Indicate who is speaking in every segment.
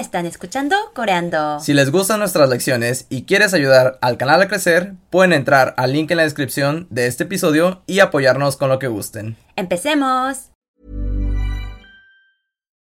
Speaker 1: están escuchando Coreando.
Speaker 2: Si les gustan nuestras lecciones y quieres ayudar al canal a crecer, pueden entrar al link en la descripción de este episodio y apoyarnos con lo que gusten.
Speaker 1: ¡Empecemos!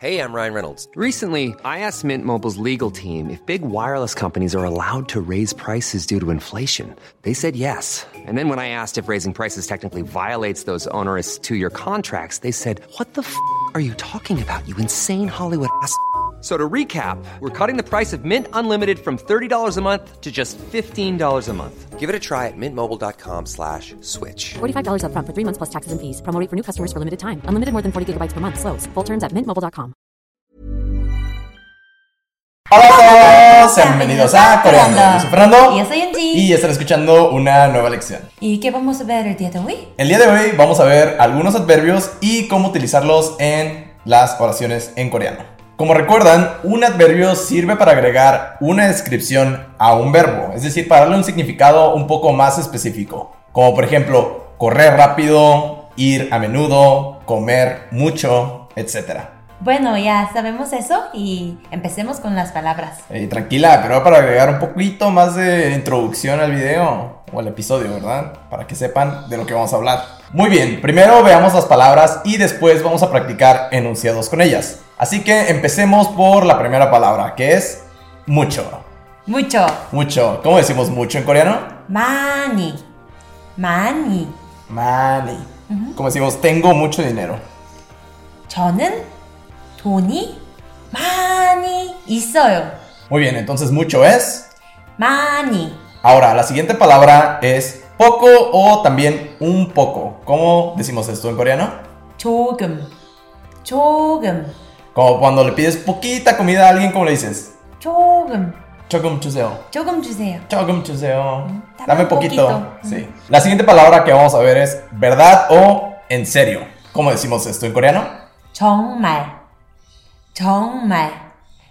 Speaker 3: Hey, I'm Ryan Reynolds. Recently, I asked Mint Mobile's legal team if big wireless companies are allowed to raise prices due to inflation. They said yes. And then when I asked if raising prices technically violates those onerous two year contracts, they said, What the f are you talking about, you insane Hollywood ass? f- So to recap, we're cutting the price of Mint Unlimited from $30 a month to just $15 a month. Give it a try at mintmobile.com slash switch.
Speaker 4: $45 upfront for three months plus taxes and fees. Promo rate for new customers for limited time. Unlimited more than 40 gigabytes per month. Slows. Full terms at mintmobile.com.
Speaker 2: Hola a todos,
Speaker 1: Bienvenidos a Coreando.
Speaker 2: Yo soy Fernando.
Speaker 1: Y yo soy Angie.
Speaker 2: Y están escuchando una nueva lección.
Speaker 1: ¿Y qué vamos a ver el día de hoy?
Speaker 2: El día de hoy vamos a ver algunos adverbios y cómo utilizarlos en las oraciones en coreano. Como recuerdan, un adverbio sirve para agregar una descripción a un verbo, es decir, para darle un significado un poco más específico. Como por ejemplo, correr rápido, ir a menudo, comer mucho, etc.
Speaker 1: Bueno, ya sabemos eso y empecemos con las palabras.
Speaker 2: Eh, tranquila, pero para agregar un poquito más de introducción al video o al episodio, ¿verdad? Para que sepan de lo que vamos a hablar. Muy bien, primero veamos las palabras y después vamos a practicar enunciados con ellas. Así que empecemos por la primera palabra, que es mucho.
Speaker 1: Mucho.
Speaker 2: Mucho. ¿Cómo decimos mucho en coreano?
Speaker 1: Mani. Mani.
Speaker 2: Mani. ¿Cómo decimos tengo mucho dinero?
Speaker 1: 저는 돈이 많이 있어요.
Speaker 2: Muy bien, entonces mucho es.
Speaker 1: 많이.
Speaker 2: Ahora, la siguiente palabra es poco o también un poco. ¿Cómo decimos esto en coreano?
Speaker 1: 조금. 조금.
Speaker 2: Como cuando le pides poquita comida a alguien, ¿cómo le dices?
Speaker 1: 조금.
Speaker 2: Chogum chuseo.
Speaker 1: 조금 주세요.
Speaker 2: Chogum chuseo.
Speaker 1: dame
Speaker 2: Dame poquito.
Speaker 1: poquito.
Speaker 2: Sí. La siguiente palabra que vamos a ver es verdad o en serio. ¿Cómo decimos esto en coreano?
Speaker 1: 정말, 정말.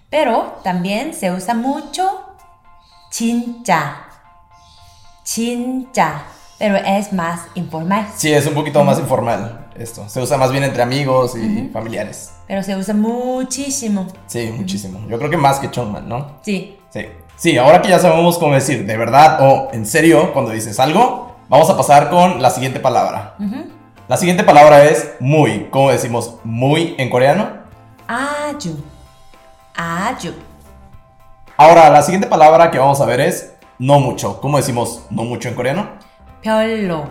Speaker 1: Pero también se usa mucho 진짜, 진짜. Pero es más informal.
Speaker 2: Sí, es un poquito más informal esto. Se usa más bien entre amigos y familiares.
Speaker 1: Pero se usa muchísimo.
Speaker 2: Sí, muchísimo. Yo creo que más que chongman, ¿no?
Speaker 1: Sí.
Speaker 2: Sí. Sí, ahora que ya sabemos cómo decir de verdad o en serio cuando dices algo, vamos a pasar con la siguiente palabra. La siguiente palabra es muy. ¿Cómo decimos muy en coreano?
Speaker 1: 아주, 아주.
Speaker 2: Ahora, la siguiente palabra que vamos a ver es no mucho. ¿Cómo decimos no mucho en coreano?
Speaker 1: 별로,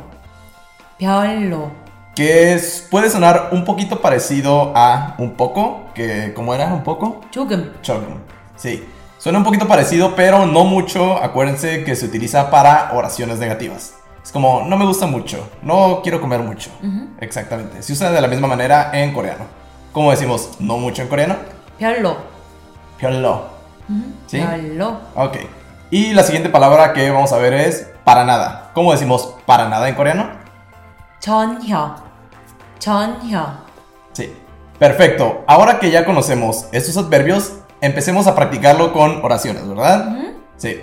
Speaker 1: 별로.
Speaker 2: Que es- puede sonar un poquito parecido a un poco, que como era un poco,
Speaker 1: 조금.
Speaker 2: Chogum. Sí, suena un poquito parecido, pero no mucho. Acuérdense que se utiliza para oraciones negativas. Es como no me gusta mucho, no quiero comer mucho. Exactamente. Se usa de la misma manera en coreano. ¿Cómo decimos no mucho en coreano?
Speaker 1: 별로,
Speaker 2: Hyollo. ¿Sí?
Speaker 1: 별로.
Speaker 2: Ok. Y la siguiente palabra que vamos a ver es para nada. ¿Cómo decimos para nada en coreano?
Speaker 1: 전혀, 전혀.
Speaker 2: Sí. Perfecto. Ahora que ya conocemos estos adverbios, empecemos a practicarlo con oraciones, ¿verdad? Sí.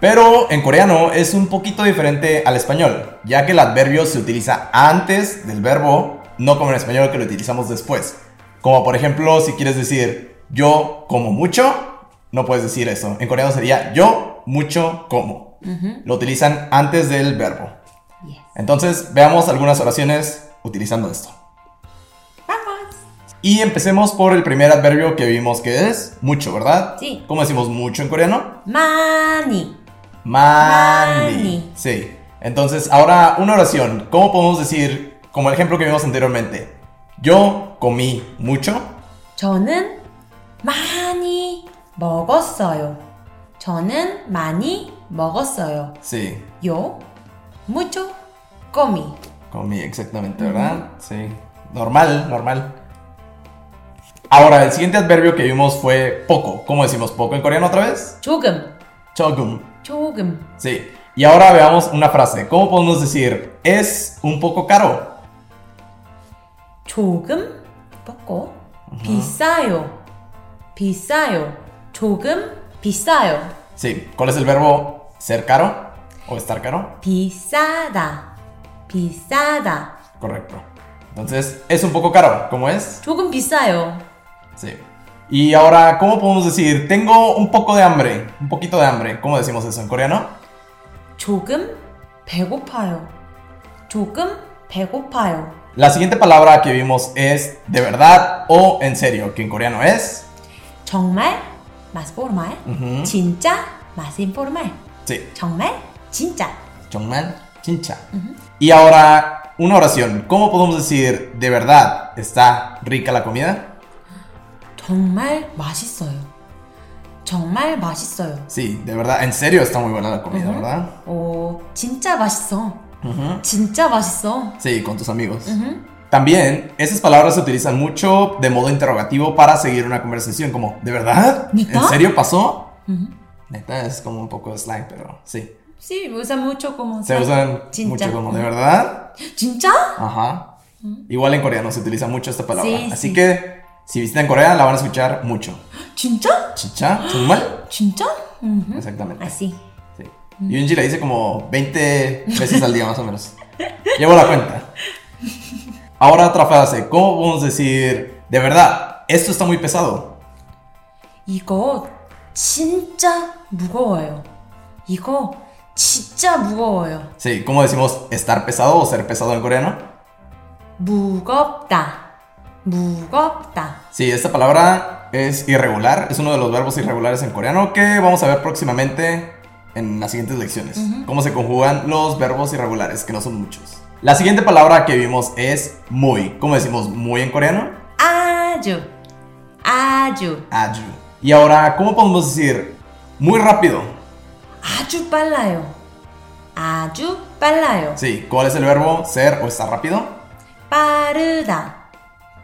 Speaker 2: Pero en coreano es un poquito diferente al español, ya que el adverbio se utiliza antes del verbo, no como en español que lo utilizamos después. Como por ejemplo, si quieres decir yo como mucho, no puedes decir eso. En coreano sería yo mucho como. Lo utilizan antes del verbo.
Speaker 1: Yes.
Speaker 2: Entonces, veamos algunas oraciones utilizando esto.
Speaker 1: Vamos.
Speaker 2: Y empecemos por el primer adverbio que vimos que es mucho, ¿verdad?
Speaker 1: Sí.
Speaker 2: ¿Cómo decimos mucho en coreano?
Speaker 1: 많이, Mani.
Speaker 2: Mani. Sí. Entonces, ahora una oración. ¿Cómo podemos decir, como el ejemplo que vimos anteriormente, yo comí mucho?
Speaker 1: 저는 많이 먹었어요. 저는 많이 먹었어요.
Speaker 2: Sí.
Speaker 1: Yo mucho comí.
Speaker 2: Comí, exactamente, ¿verdad? Sí. Normal, normal. Ahora, el siguiente adverbio que vimos fue poco. ¿Cómo decimos poco en coreano otra vez?
Speaker 1: 조금,
Speaker 2: Chogum.
Speaker 1: 조금.
Speaker 2: Sí. Y ahora veamos una frase. ¿Cómo podemos decir, es un poco caro?
Speaker 1: 조금 먹고 비싸요. 비싸요. 조금 비싸요.
Speaker 2: Sí, ¿cuál es el verbo ser caro o estar caro?
Speaker 1: 비싸다. 비싸다.
Speaker 2: Correcto. Entonces, es un poco caro, ¿cómo es?
Speaker 1: 조금 비싸요.
Speaker 2: Sí. Y ahora, ¿cómo podemos decir? Tengo un poco de hambre, un poquito de hambre. ¿Cómo decimos eso en coreano?
Speaker 1: 조금 배고파요. 조금 배고파요.
Speaker 2: La siguiente palabra que vimos es de verdad o en serio, que en coreano es.
Speaker 1: 정말 más formal. 진짜 más informal.
Speaker 2: Sí,
Speaker 1: 정말 진짜.
Speaker 2: 정말 진짜. Y ahora, una oración. ¿Cómo podemos decir de verdad está rica la comida?
Speaker 1: 정말 맛있어요. 정말 맛있어요.
Speaker 2: Sí, de verdad, en serio está muy buena la comida, ¿verdad?
Speaker 1: 오, 진짜 맛있어. 진짜 맛있어.
Speaker 2: Sí, con tus amigos. También, esas palabras se utilizan mucho de modo interrogativo para seguir una conversación, como, ¿de verdad?
Speaker 1: ¿Neta?
Speaker 2: ¿En serio pasó? Neta, es como un poco de slang, pero sí.
Speaker 1: Sí, usa mucho como
Speaker 2: Se usan
Speaker 1: 진짜.
Speaker 2: mucho como, ¿de verdad?
Speaker 1: 진짜?
Speaker 2: Ajá. Igual en coreano se utiliza mucho esta palabra.
Speaker 1: Sí,
Speaker 2: Así
Speaker 1: sí.
Speaker 2: que, si visitan Corea, la van a escuchar mucho.
Speaker 1: 진짜?
Speaker 2: Chicha, mal
Speaker 1: 진짜? 음.
Speaker 2: Exactamente.
Speaker 1: Así.
Speaker 2: Sí. Yunji la dice como 20 veces al día, más o menos. Llevo la cuenta. Ahora otra frase. ¿Cómo podemos decir, de verdad, esto está muy pesado?
Speaker 1: 이거 진짜 무거워요. 이거 진짜 무거워요.
Speaker 2: Sí, ¿cómo decimos estar pesado o ser pesado en coreano?
Speaker 1: 무겁다. 무겁다.
Speaker 2: Sí, esta palabra es irregular. Es uno de los verbos irregulares en coreano que vamos a ver próximamente en las siguientes lecciones. Cómo se conjugan los verbos irregulares, que no son muchos. La siguiente palabra que vimos es muy. ¿Cómo decimos muy en coreano?
Speaker 1: 아주. 아주.
Speaker 2: Ayu. Y ahora, ¿cómo podemos decir muy rápido?
Speaker 1: 아주 빨라요. 아주 빨라요.
Speaker 2: Sí, ¿cuál es el verbo ser o estar rápido?
Speaker 1: 빠르다.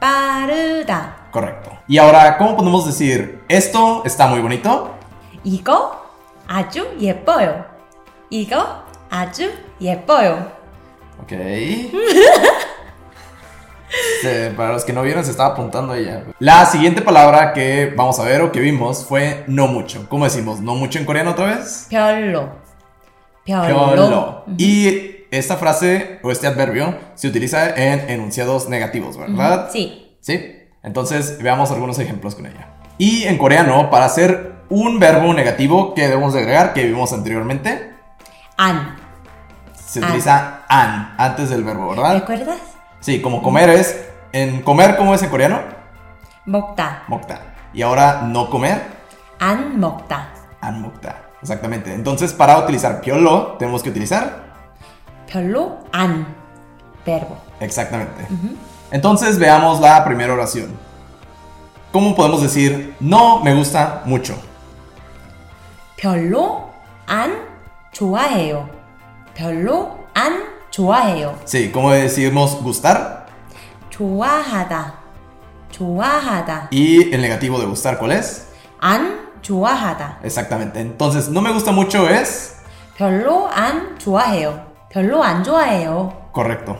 Speaker 1: 빠르다.
Speaker 2: Correcto. Y ahora, ¿cómo podemos decir esto está muy bonito?
Speaker 1: 이거 아주 예뻐요. 이거 아주 예뻐요.
Speaker 2: Ok. Se- para los que no vieron, se estaba apuntando ella. La siguiente palabra que vamos a ver o que vimos fue no mucho. ¿Cómo decimos no mucho en coreano otra vez?
Speaker 1: 별로. 별로.
Speaker 2: Piolo. Y esta frase o este adverbio se utiliza en enunciados negativos, ¿verdad?
Speaker 1: Sí.
Speaker 2: Sí. Entonces veamos algunos ejemplos con ella. Y en coreano, para hacer un verbo negativo que debemos de agregar, que vimos anteriormente,
Speaker 1: 안.
Speaker 2: se
Speaker 1: An.
Speaker 2: utiliza an antes del verbo, ¿verdad?
Speaker 1: ¿Recuerdas?
Speaker 2: Sí, como comer es. En comer, ¿cómo es en coreano?
Speaker 1: 먹다.
Speaker 2: Mokta. Y ahora no comer,
Speaker 1: 안 먹다.
Speaker 2: an mokta. Exactamente. Entonces, para utilizar piolo, tenemos que utilizar.
Speaker 1: 별로 안. verbo.
Speaker 2: Exactamente. Entonces, veamos la primera oración. ¿Cómo podemos decir no me gusta mucho?
Speaker 1: 별로 안 좋아해요. 별로 안 좋아해요.
Speaker 2: Sí, ¿cómo decimos gustar?
Speaker 1: 좋아하다. 좋아하다.
Speaker 2: Y el negativo de gustar, ¿cuál es?
Speaker 1: 안 좋아하다.
Speaker 2: Exactamente. Entonces, no me gusta mucho es.
Speaker 1: 별로 안 좋아해요. 별로 안 좋아해요.
Speaker 2: Correcto.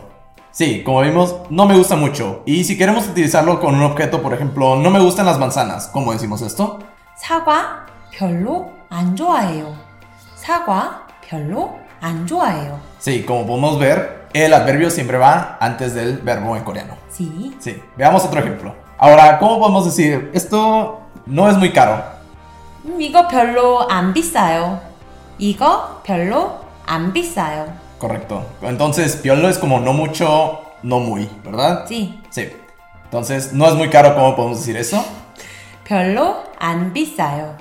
Speaker 2: Sí, como vimos, no me gusta mucho. Y si queremos utilizarlo con un objeto, por ejemplo, no me gustan las manzanas, ¿cómo decimos esto?
Speaker 1: 사과 별로 안 좋아해요. 사과 별로 안 좋아해요.
Speaker 2: Sí, como podemos ver, el adverbio siempre va antes del verbo en coreano.
Speaker 1: Sí.
Speaker 2: Sí, veamos otro ejemplo. Ahora, ¿cómo podemos decir esto no es muy caro?
Speaker 1: 음, 이거 별로 안 비싸요. 이거 별로 안 비싸요.
Speaker 2: Correcto. Entonces, piolo es como no mucho, no muy, ¿verdad?
Speaker 1: 지
Speaker 2: Sí. Entonces, no es muy caro, ¿cómo podemos decir eso?
Speaker 1: 별로 안 비싸요.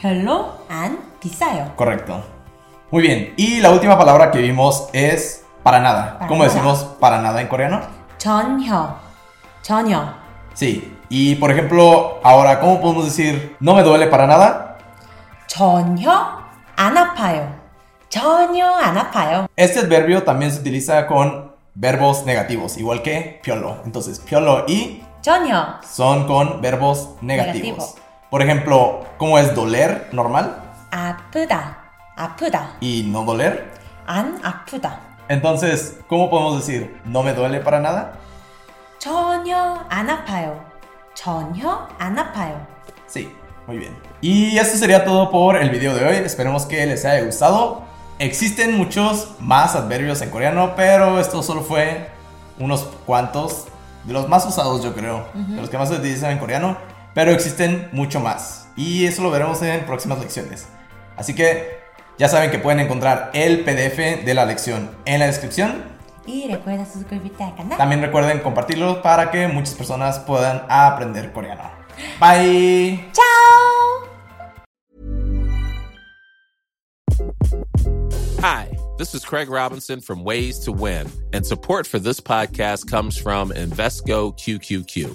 Speaker 1: 별로 안 비싸요.
Speaker 2: Correcto. Muy bien. Y la última palabra que vimos es para nada.
Speaker 1: Para
Speaker 2: ¿Cómo
Speaker 1: nada.
Speaker 2: decimos para nada en coreano?
Speaker 1: 전혀 전혀
Speaker 2: Sí. Y por ejemplo, ahora, ¿cómo podemos decir no me duele para nada?
Speaker 1: 전혀 안 아파요. 전혀 안 아파요.
Speaker 2: Este adverbio también se utiliza con verbos negativos, igual que piolo. Entonces, piolo y
Speaker 1: 전혀
Speaker 2: son con verbos negativos.
Speaker 1: Negativo.
Speaker 2: Por ejemplo, ¿cómo es doler normal
Speaker 1: 아프다 아프다
Speaker 2: y no doler?
Speaker 1: 안 아프다
Speaker 2: Entonces, ¿cómo podemos decir no me duele para nada?
Speaker 1: 전혀 안 아파요. 전혀 안 아파요.
Speaker 2: Sí, muy bien. Y esto sería todo por el video de hoy. Esperemos que les haya gustado. Existen muchos más adverbios en coreano, pero esto solo fue unos cuantos de los más usados, yo creo. De los que más se utilizan en coreano. pero existen mucho más. Y eso lo veremos en próximas lecciones. Así que ya saben que pueden encontrar el PDF de la lección en la descripción.
Speaker 1: Y recuerda suscribirte al canal.
Speaker 2: También recuerden compartirlo para que muchas personas puedan aprender coreano. Bye.
Speaker 1: ¡Chao!
Speaker 5: Hi, this is Craig Robinson from Ways to Win, and support for this podcast comes from Invesco QQQ.